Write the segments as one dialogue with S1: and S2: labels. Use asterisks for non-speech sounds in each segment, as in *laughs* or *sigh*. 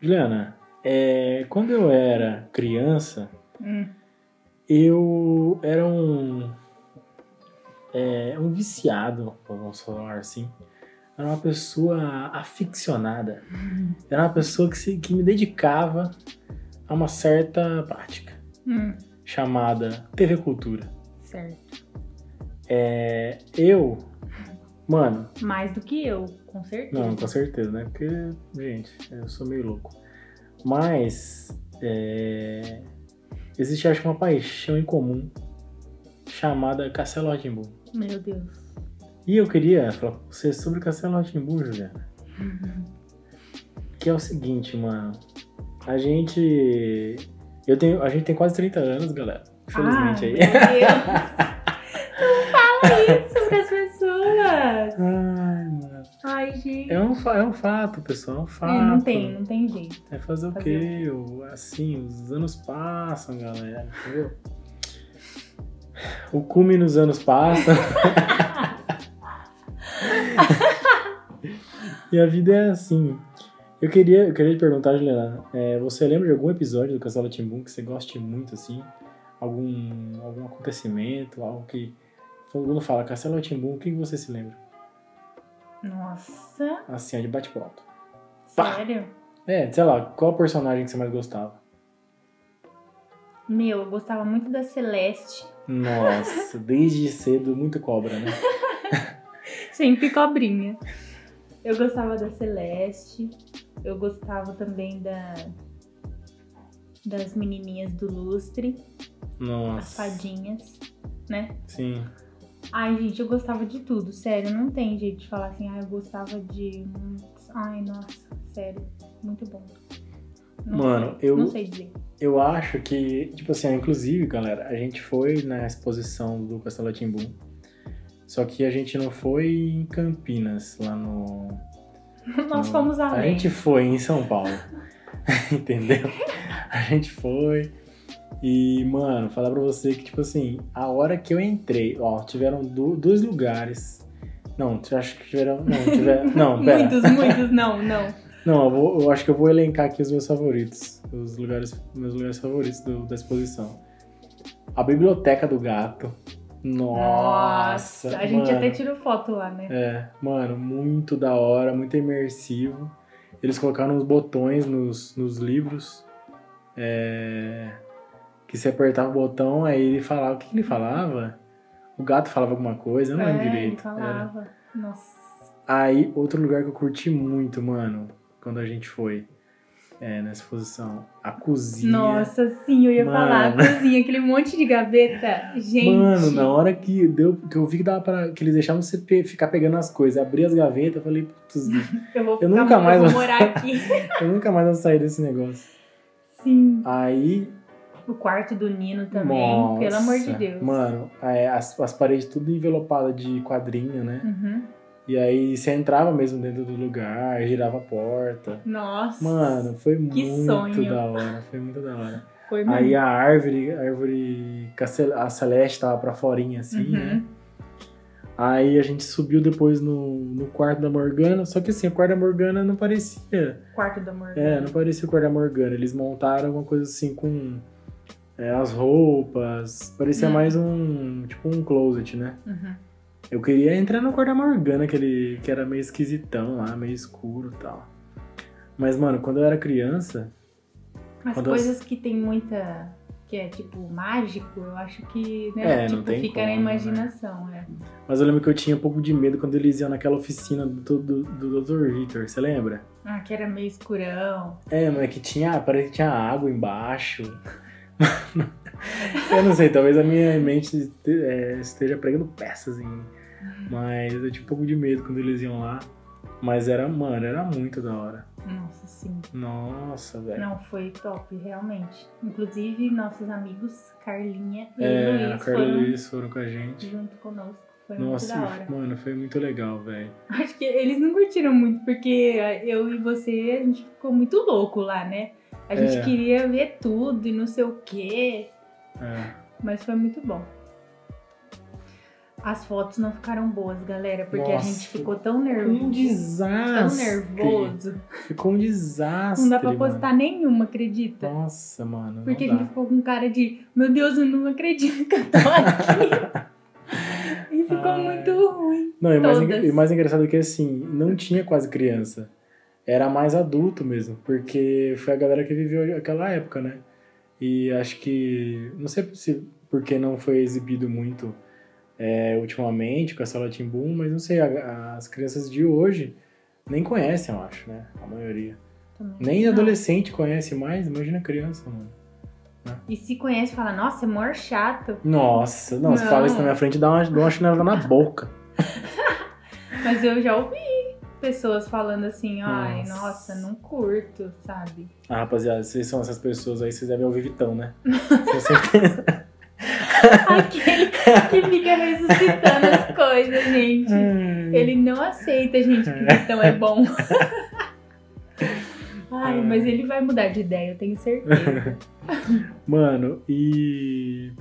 S1: Juliana, é, quando eu era criança,
S2: Hum.
S1: eu era um. é, um viciado, vamos falar assim. Era uma pessoa aficionada. Era uma pessoa que, se, que me dedicava a uma certa prática
S2: Hum.
S1: chamada TV Cultura.
S2: Certo.
S1: É, eu. Mano,
S2: Mais do que eu, com certeza.
S1: Não, com certeza, né? Porque, gente, eu sou meio louco. Mas é, existe, acho que uma paixão em comum chamada Castelo Rotimbu.
S2: Meu Deus.
S1: E eu queria falar com você sobre Castelo Rotimbu, Juliana.
S2: Uhum.
S1: Que é o seguinte, mano. A gente. Eu tenho, a gente tem quase 30 anos, galera.
S2: Ah,
S1: Infelizmente aí.
S2: Ai, Meu Deus. Não fala isso pras pessoas.
S1: *laughs* Ai, mano.
S2: Ai, gente.
S1: É um, fa- é um fato, pessoal. É um fato.
S2: É, não tem, não tem jeito.
S1: É fazer o
S2: Fazer
S1: quê? O- Assim, os anos passam, galera, entendeu? O cume nos anos *laughs* passa. e a vida é assim. Eu queria, eu queria te perguntar, Juliana, é, você lembra de algum episódio do Castelo Timbum que você goste muito, assim? Algum, algum acontecimento, algo que. Todo mundo fala, Castelo Timbum, o que que você se lembra?
S2: Nossa.
S1: Assim, ó, de bate-pronto. Pá.
S2: Sério?
S1: É, sei lá, qual personagem que você mais gostava?
S2: Meu, eu gostava muito da Celeste.
S1: Nossa, desde cedo, muito cobra, né?
S2: Sempre cobrinha. Eu gostava da Celeste. Eu gostava também da. Das menininhas do lustre, as
S1: Nossa.
S2: fadinhas, né?
S1: Sim.
S2: Ai, gente, eu gostava de tudo, sério. Não tem jeito de falar assim, ai, eu gostava de. Ai, nossa, sério, muito bom. Não
S1: Mano,
S2: sei,
S1: eu-
S2: Não sei dizer.
S1: Eu acho que, tipo assim, inclusive, galera, a gente foi na exposição do Castelo Timbum. Só que a gente não foi em Campinas, lá no.
S2: Nós
S1: no-
S2: fomos
S1: A
S2: além.
S1: gente foi em São Paulo. *laughs* Entendeu? A gente foi. E, mano, falar pra você que, tipo assim, a hora que eu entrei, ó, tiveram du- dois lugares. Não, acho que tiveram. Não, tiveram. Não, pera.
S2: muitos, muitos, não, não.
S1: Não, eu, vou- eu acho que eu vou elencar aqui os meus favoritos. Os lugares, meus lugares favoritos do- da exposição. A Biblioteca do Gato. *laughs* Nossa!
S2: a gente
S1: mano,
S2: até tirou foto lá, né?
S1: É, mano, muito da hora, muito imersivo. Eles colocaram uns botões nos, nos livros. é, que se apertava o botão, aí ele falava. O que que ele falava? O gato falava alguma coisa, eu não lembro
S2: É, ele
S1: direito. Era-
S2: falava. Nossa.
S1: Aí, outro lugar que eu curti muito, mano, quando a gente foi é, nessa exposição, a cozinha.
S2: Nossa, sim, eu ia
S1: Mano.
S2: falar. Cozinha, aquele monte de gaveta. Gente.
S1: Mano, na hora que, deu, que eu vi que dava pra. que eles deixavam você pe- ficar pegando as coisas, abrir as gavetas, eu falei, putz, *laughs*
S2: Eu vou
S1: Eu
S2: ficar
S1: nunca mais
S2: eu vou
S1: vou-
S2: morar aqui. *laughs*
S1: eu nunca mais vou sair desse negócio.
S2: Sim.
S1: Aí.
S2: O quarto do Nino também,
S1: nossa,
S2: pelo amor de Deus.
S1: Mano, é, as, as paredes tudo envelopadas de quadrinho, né?
S2: Uhum.
S1: E aí você entrava mesmo dentro do lugar, girava a porta.
S2: Nossa.
S1: Mano, foi
S2: Que
S1: muito
S2: sonho.
S1: da hora, foi muito da hora.
S2: Foi É mesmo.
S1: Aí a árvore, a árvore, que a Cel- a Celeste tava pra forinha, assim,
S2: Uhum.
S1: né? Aí a gente subiu depois no, no quarto da Morgana, só que assim, o quarto da Morgana não parecia.
S2: Quarto da Morgana.
S1: É, não parecia o quarto da Morgana. Eles montaram alguma coisa assim com é, as roupas. Parecia
S2: Hum.
S1: mais um. Tipo um closet, né?
S2: Uhum.
S1: Eu queria entrar no quarto da Morgana, que, ele, que era meio esquisitão lá, meio escuro e tal. Mas, mano, quando eu era criança.
S2: As
S1: Quando as-
S2: coisas que tem muita. que é tipo mágico, eu acho que
S1: É,
S2: né,
S1: não
S2: tipo,
S1: tem
S2: fica
S1: como,
S2: na
S1: né?
S2: imaginação. É.
S1: Mas eu lembro que eu tinha um pouco de medo quando eles iam naquela oficina do, do, do Dr. Victor, você lembra?
S2: Ah, que era meio escurão.
S1: É, mas que tinha. Parece que tinha água embaixo. *laughs* eu não sei, talvez a minha mente este- é, esteja pregando peças em mim. Mas eu tinha um pouco de medo quando eles iam lá. Mas era, mano, era muito da hora.
S2: Nossa, sim.
S1: Nossa, velho.
S2: Não, foi top, realmente. Inclusive, nossos amigos Carlinha e
S1: É, a
S2: Luiz
S1: Carla e o
S2: foram
S1: Luiz foram com a gente.
S2: junto conosco. Foi
S1: Nossa,
S2: muito da hora. *laughs*
S1: mano, foi muito legal, velho.
S2: Acho que eles não curtiram muito, porque é, eu e você, a gente ficou muito louco lá, né? A gente
S1: É.
S2: queria ver tudo e não sei o quê.
S1: É.
S2: Mas foi muito bom. As fotos não ficaram boas, galera, porque a
S1: Nossa.
S2: gente ficou tão
S1: Um
S2: nervoso. Tão
S1: desastre.
S2: nervoso.
S1: Ficou um desastre.
S2: Não dá pra
S1: mano.
S2: postar nenhuma, acredita?
S1: Nossa, mano.
S2: Porque
S1: não
S2: a gente
S1: dá.
S2: ficou com cara de, meu Deus, eu não acredito que eu tô
S1: *laughs*
S2: aqui. e ficou
S1: Ai.
S2: muito ruim.
S1: Não, e o mais,
S2: todas.
S1: engra- e o mais engraçado é que assim, não tinha quase criança. Era mais adulto mesmo, porque foi a galera que viveu aquela época, né? E acho que. Não sei se porque não foi exibido muito é, ultimamente com a Sala Timbum, mas não sei, a- as crianças de hoje nem conhecem, eu acho, né? A maioria.
S2: Também.
S1: Nem
S2: Não.
S1: adolescente conhece mais, imagina criança, mano.
S2: E se conhece, fala, nossa, é maior chato.
S1: Nossa, não, se
S2: Não.
S1: fala isso na minha frente, dá uma, dá uma chinelada na boca.
S2: Mas eu já ouvi pessoas falando assim, ai,
S1: Nossa.
S2: nossa, não curto, sabe? *laughs*
S1: Ah, rapaziada, vocês são essas pessoas aí, vocês devem ouvir Vitão, né? Com certeza.
S2: Aquele que fica ressuscitando as coisas, gente. Ele não aceita, gente, que então é
S1: *laughs*
S2: bom. Ai, mas ele vai mudar de ideia, eu tenho
S1: *laughs*
S2: certeza.
S1: Mano, e.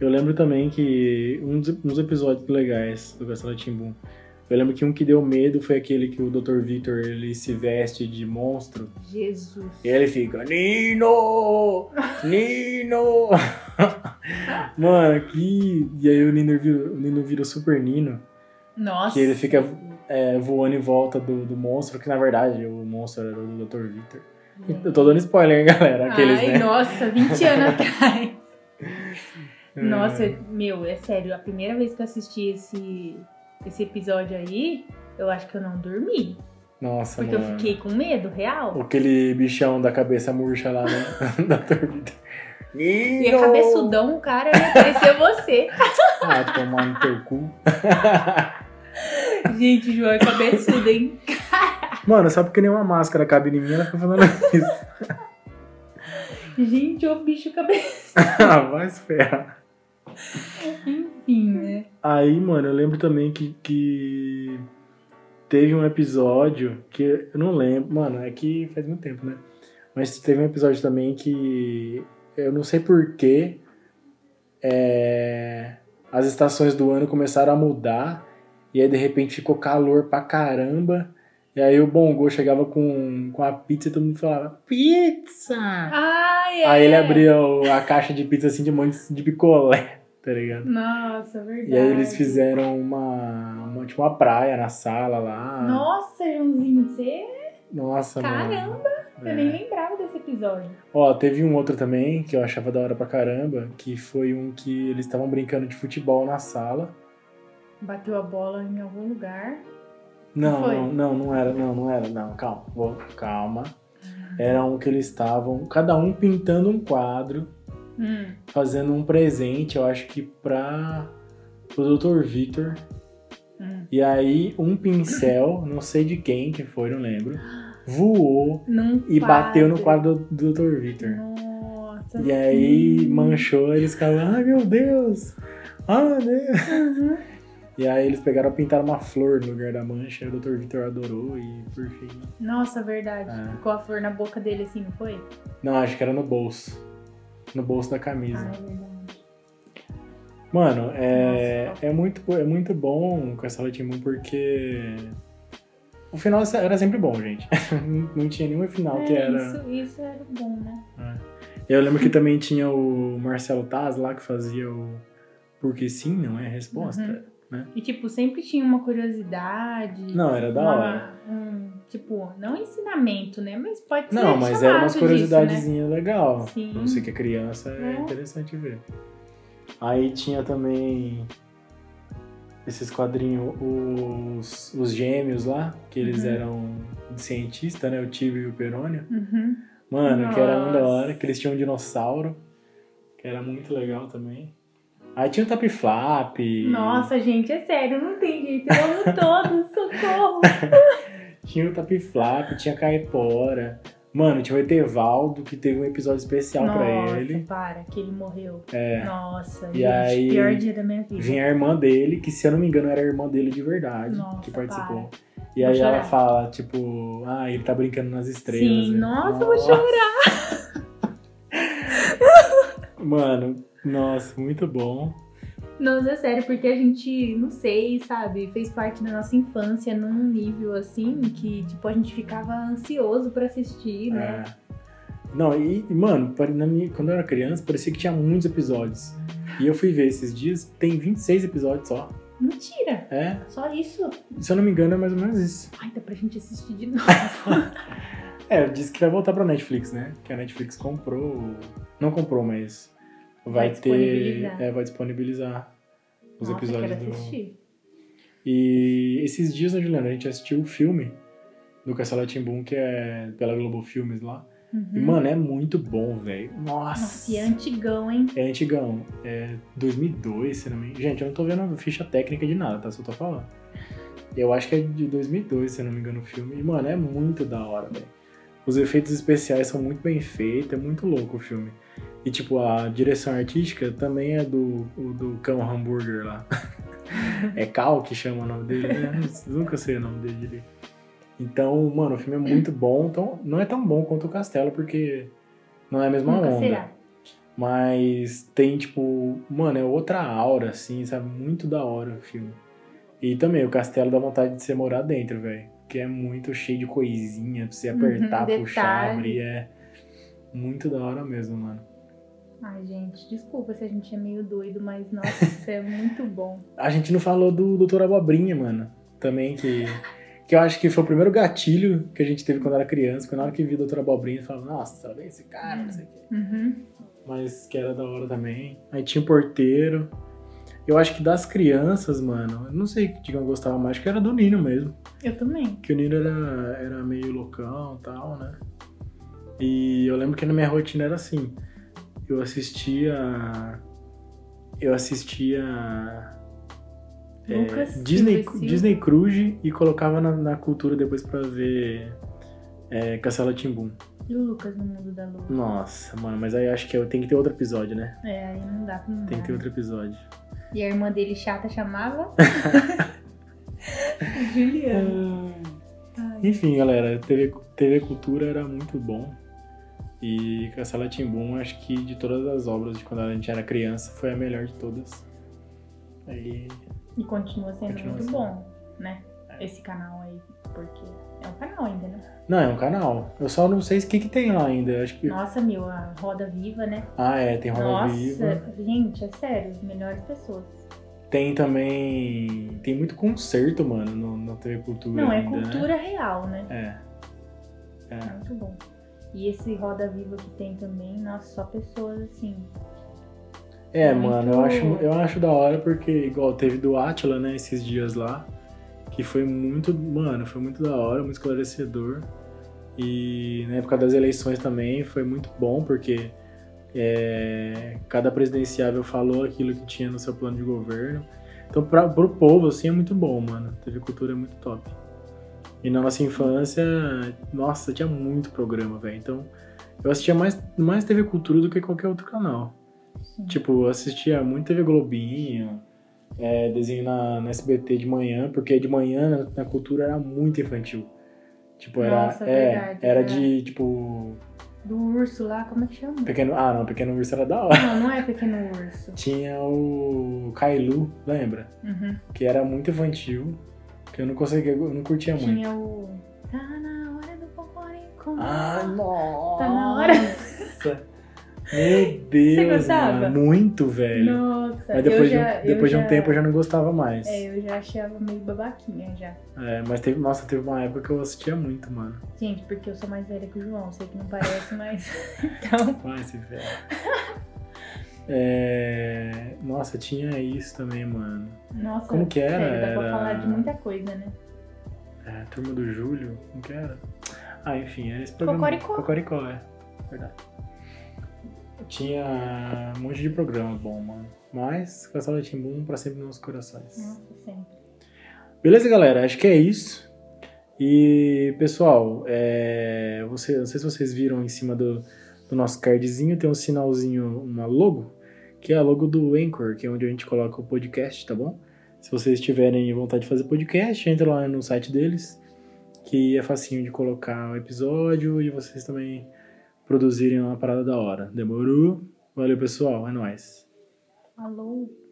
S1: Eu lembro também que um dos, uns episódios legais do Castelo Timbum. Eu lembro que um que deu medo foi aquele que o Dr. Victor ele se veste de monstro
S2: Jesus.
S1: e ele fica Nino! Nino! *laughs* Mano, que. E aí o Nino vira, o Nino vira o Super Nino.
S2: Nossa.
S1: Que ele fica é, voando em volta do, do monstro, que na verdade o monstro era o Dr. Victor. Eu tô dando spoiler, hein, galera? Aqueles,
S2: Ai,
S1: né?
S2: nossa, 20 anos
S1: *laughs*
S2: atrás.
S1: É.
S2: Nossa, meu, é sério, a primeira vez que eu assisti esse, esse episódio aí, eu acho que eu não dormi.
S1: É, Nossa,
S2: Porque eu
S1: mano.
S2: fiquei com medo, real.
S1: Aquele bichão da cabeça murcha lá, né? *laughs* da torcida.
S2: E é cabeçudão, o cara, né? Parecia
S1: *laughs*
S2: você.
S1: Ah, tomar no teu cu.
S2: Gente, o João é cabeçudo, hein?
S1: Mano, só porque nenhuma máscara cabe em mim, ela fica falando isso. *laughs*
S2: Gente, o bicho é cabeçudo.
S1: ah, vai se ferrar.
S2: Enfim, né?
S1: Aí, mano, eu lembro também que, que teve um episódio que eu não lembro. Mano, é que faz muito tempo, né? Mas teve um episódio também que eu não sei porquê. É, as estações do ano começaram a mudar. E aí, de repente, ficou calor pra caramba. E aí, o Bongo chegava com, com a pizza e todo mundo falava: Pizza!
S2: Ai, é.
S1: Aí ele abria o- a caixa de pizza assim de um monte de picolé, *laughs* tá ligado?
S2: Nossa, é verdade.
S1: E aí eles fizeram uma, uma- tipo uma praia na sala lá.
S2: Nossa, Joãozinho, você.
S1: Nossa, mano.
S2: Caramba, eu nem
S1: É.
S2: lembrava desse episódio.
S1: Ó, teve um outro também que eu achava da hora pra caramba, que foi um que eles estavam brincando de futebol na sala.
S2: Bateu a bola em algum lugar.
S1: Não,
S2: Foi.
S1: não, não, não era, não, não era, não, calma, vou- calma.
S2: Ah.
S1: Era um que eles estavam, cada um pintando um quadro,
S2: Hum.
S1: fazendo um presente, eu acho que pra, pro Dr. Victor.
S2: Hum.
S1: E aí um pincel, não sei de quem que foi, não lembro, voou
S2: Num
S1: E bateu no
S2: quadro.
S1: quadro do Dr. Victor.
S2: Nossa.
S1: E aí
S2: sim.
S1: manchou, eles ficavam, ai meu Deus! Ah, meu Deus!
S2: Uhum.
S1: E aí eles pegaram e pintaram uma flor no lugar da mancha, e o Dr. Victor adorou e por fim.
S2: Nossa, verdade.
S1: É.
S2: Ficou a flor na boca dele assim, não foi?
S1: Não, acho que era no bolso. No bolso da camisa.
S2: Ai, é verdade.
S1: Mano, é,
S2: Nossa.
S1: é, muito, é muito bom com essa Latimun porque. O final era sempre bom, gente. *laughs* Não tinha nenhum final que
S2: É,
S1: era.
S2: Isso, isso era bom, né?
S1: Eu lembro que também tinha o Marcelo Taz lá que fazia o Porque sim, não é a resposta.
S2: Uhum. E tipo, sempre tinha uma curiosidade.
S1: Não, era da
S2: uma-
S1: hora.
S2: um, tipo, não ensinamento, né? Mas pode ser.
S1: Não, mas era umas
S2: chamado disso, né?
S1: curiosidadezinhas legal.
S2: Sim.
S1: Pra você que é criança, é,
S2: É.
S1: interessante ver. Aí tinha também esses quadrinhos, os, os gêmeos lá, que eles
S2: Uhum.
S1: eram cientistas, né? O Tibio e o Perônio.
S2: Uhum.
S1: Mano, que era um da
S2: Nossa.
S1: hora, que eles tinham um dinossauro, que era muito legal também. Aí tinha o Tap Flap.
S2: Nossa, gente, é sério, não tem jeito. Eu amo todos, *laughs* socorro.
S1: Tinha o Tapiflap, tinha a Caipora. Mano, tinha o Etevaldo, que teve um episódio especial pra
S2: Nossa,
S1: ele.
S2: para, que ele morreu.
S1: É.
S2: Nossa,
S1: E
S2: gente,
S1: aí,
S2: pior dia da minha vida.
S1: Vinha a irmã dele, que se eu não me engano era a irmã dele de verdade,
S2: Nossa,
S1: que participou. E
S2: Vou
S1: aí ela
S2: chorar.
S1: fala, tipo, ah, ele tá brincando nas estrelas.
S2: Sim,
S1: né?
S2: nossa, eu vou chorar.
S1: Mano, nossa, muito bom.
S2: Nossa, é sério, porque a gente, não sei, sabe, fez parte da nossa infância num nível assim que, tipo, a gente ficava ansioso pra assistir, né?
S1: É. Não, e, e, mano, pare- na minha- quando eu era criança, parecia que tinha muitos episódios. E eu fui ver esses dias, tem 26 episódios só.
S2: Mentira!
S1: É,
S2: Só isso?
S1: se eu não me engano, é mais ou menos isso.
S2: Ai, dá pra gente assistir de *laughs* novo.
S1: É, diz que vai voltar pra Netflix, né? Que a Netflix comprou. Não comprou, mas vai,
S2: Vai
S1: ter.
S2: disponibilizar.
S1: É, vai disponibilizar os
S2: Nossa,
S1: episódios
S2: quero
S1: do.
S2: assistir.
S1: E esses dias, né, Juliana, a gente assistiu o filme do Castelo Timbum, que é pela Globo Filmes lá. E,
S2: Uhum.
S1: mano, é muito bom, velho. Nossa!
S2: Nossa, e é antigão, hein?
S1: É antigão, é 2002, se não me engano. Gente, eu não tô vendo a ficha técnica de nada, tá? Só tô falando. Eu acho que é de 2002, se eu não me engano, o filme. E, mano, é muito da hora, velho. Os efeitos especiais são muito bem feitos, é muito louco o filme. E, tipo, a direção artística também é do, o do cão hambúrguer lá. *laughs* é Cal que chama o nome dele, né? Eu Nunca sei o nome dele direito. Então, mano, o filme é muito bom. Então, não é tão bom quanto o Castelo, porque não é a mesma
S2: Nunca
S1: onda.
S2: será.
S1: Mas tem, tipo, mano, é outra aura, assim, sabe? Muito da hora o filme. E também o castelo dá vontade de você morar dentro, velho. Que é muito cheio de coisinha pra você
S2: Uhum,
S1: apertar, puxar,
S2: detalhe.
S1: abrir. É muito da hora mesmo, mano.
S2: Ai, gente, desculpa se a gente é meio doido, mas nossa, isso é muito bom.
S1: A gente não falou do Doutor Abobrinha, mano. Também
S2: *laughs*
S1: que. Que eu acho que foi o primeiro gatilho que a gente teve quando era criança. Porque na hora que vi o Doutor Abobrinha, eu falava, nossa, olha esse cara, não sei o quê.
S2: Uhum.
S1: mas que era da hora também. Aí tinha o porteiro. Eu acho que das crianças, mano, eu não sei de quem eu gostava mais, que era do Nino mesmo.
S2: Eu também.
S1: Que o Nino era, era meio loucão e tal, né? E eu lembro que na minha rotina era assim. Eu assistia. Eu assistia. é,
S2: Lucas
S1: Disney,
S2: Silva e Silva.
S1: Disney Cruise e colocava na, na cultura depois pra ver é, Castelo Timbum.
S2: E o Lucas no Mundo da Lua.
S1: Nossa, mano, mas aí acho que eu- tem que ter outro episódio, né?
S2: É, aí não dá pra não
S1: Tem
S2: dá,
S1: que ter
S2: né?
S1: outro episódio.
S2: E a irmã dele
S1: *laughs*
S2: chata chamava? *laughs* Juliana. Ai,
S1: Enfim, galera, TV, cu- TV Cultura era muito bom. E Castelo Timbum, acho que de todas as obras de quando a gente era criança, foi a melhor de todas. Aí,
S2: E continua sendo
S1: Continua
S2: muito
S1: sendo.
S2: bom, né?
S1: É.
S2: Esse canal aí. Porque é um canal ainda, né?
S1: Não, é um canal. Eu só não sei o que, que tem lá ainda. Acho que.
S2: Nossa, meu, a Roda Viva, né?
S1: Ah, é, tem Roda
S2: Nossa,
S1: Viva.
S2: gente, é sério, as melhores pessoas.
S1: Tem também. Tem muito concerto, mano, no, na TV Cultura.
S2: Não, é
S1: ainda,
S2: cultura real, né?
S1: Né? É.
S2: É
S1: É.
S2: Muito bom. E esse Roda Viva que tem também, nossa, só pessoas assim.
S1: É,
S2: Muito-
S1: mano, eu acho, eu acho da hora porque, igual, teve do Atila, né, esses dias lá, que foi muito, mano, foi muito da hora, muito esclarecedor. E na época das eleições também foi muito bom, porque é, cada presidenciável falou aquilo que tinha no seu plano de governo. Então, pra, pro povo, assim, é muito bom, mano. Teve cultura é muito top. E na nossa infância, nossa, tinha muito programa, velho. Então, eu assistia mais, mais TV Cultura do que qualquer outro canal.
S2: assim.
S1: Tipo, eu assistia muito TV Globinho, é, desenho na, na SBT de manhã, porque de manhã na, na cultura era muito infantil. Tipo, era,
S2: Nossa,
S1: é,
S2: verdade,
S1: era
S2: né?
S1: de, tipo,
S2: Do urso lá, como é que chama?
S1: pequeno. Ah, não, pequeno urso era da hora. *laughs*
S2: Não, não é pequeno urso.
S1: Tinha o Kailu, lembra?
S2: Uhum.
S1: Que era muito infantil, que eu não conseguia, eu não curtia muito.
S2: Tinha o. Tá na hora do poporico.
S1: Ah, nossa!
S2: Tá na hora.
S1: Meu Deus!
S2: gostava?
S1: mano, muito, velho.
S2: Nossa,
S1: Mas depois,
S2: Tá, eu já,
S1: de, um, depois
S2: eu
S1: de um tempo eu já não gostava mais.
S2: É, eu já achava meio babaquinha já.
S1: É, mas teve, nossa, teve uma época que eu assistia muito,
S2: *laughs*
S1: mano.
S2: Gente, porque eu sou mais velha que o João, sei que não parece, mas. *laughs* então.
S1: Vai se ferrar. É, Nossa, tinha isso também, mano.
S2: Nossa,
S1: Como que era?
S2: sério, dá pra
S1: Era-
S2: falar de muita coisa, né?
S1: É, Turma do Júlio, como que era? Ah, enfim, era esse programa.
S2: Cocoricó.
S1: Cocoricó, é. Verdade. Tinha um monte de programa bom, mano. Mas, Castelo Timbum pra sempre nos nossos corações.
S2: Nossa, sempre.
S1: Beleza, galera? Acho que é isso. E, pessoal, é, você- não sei se vocês viram em cima do, do nosso cardzinho, tem um sinalzinho, uma logo, que é a logo do Anchor, que é onde a gente coloca o podcast, tá bom? Se vocês tiverem vontade de fazer podcast, entra lá no site deles, que é facinho de colocar o episódio e vocês também produzirem uma parada da hora. Demorou? Valeu, pessoal. É nóis.
S2: Alô?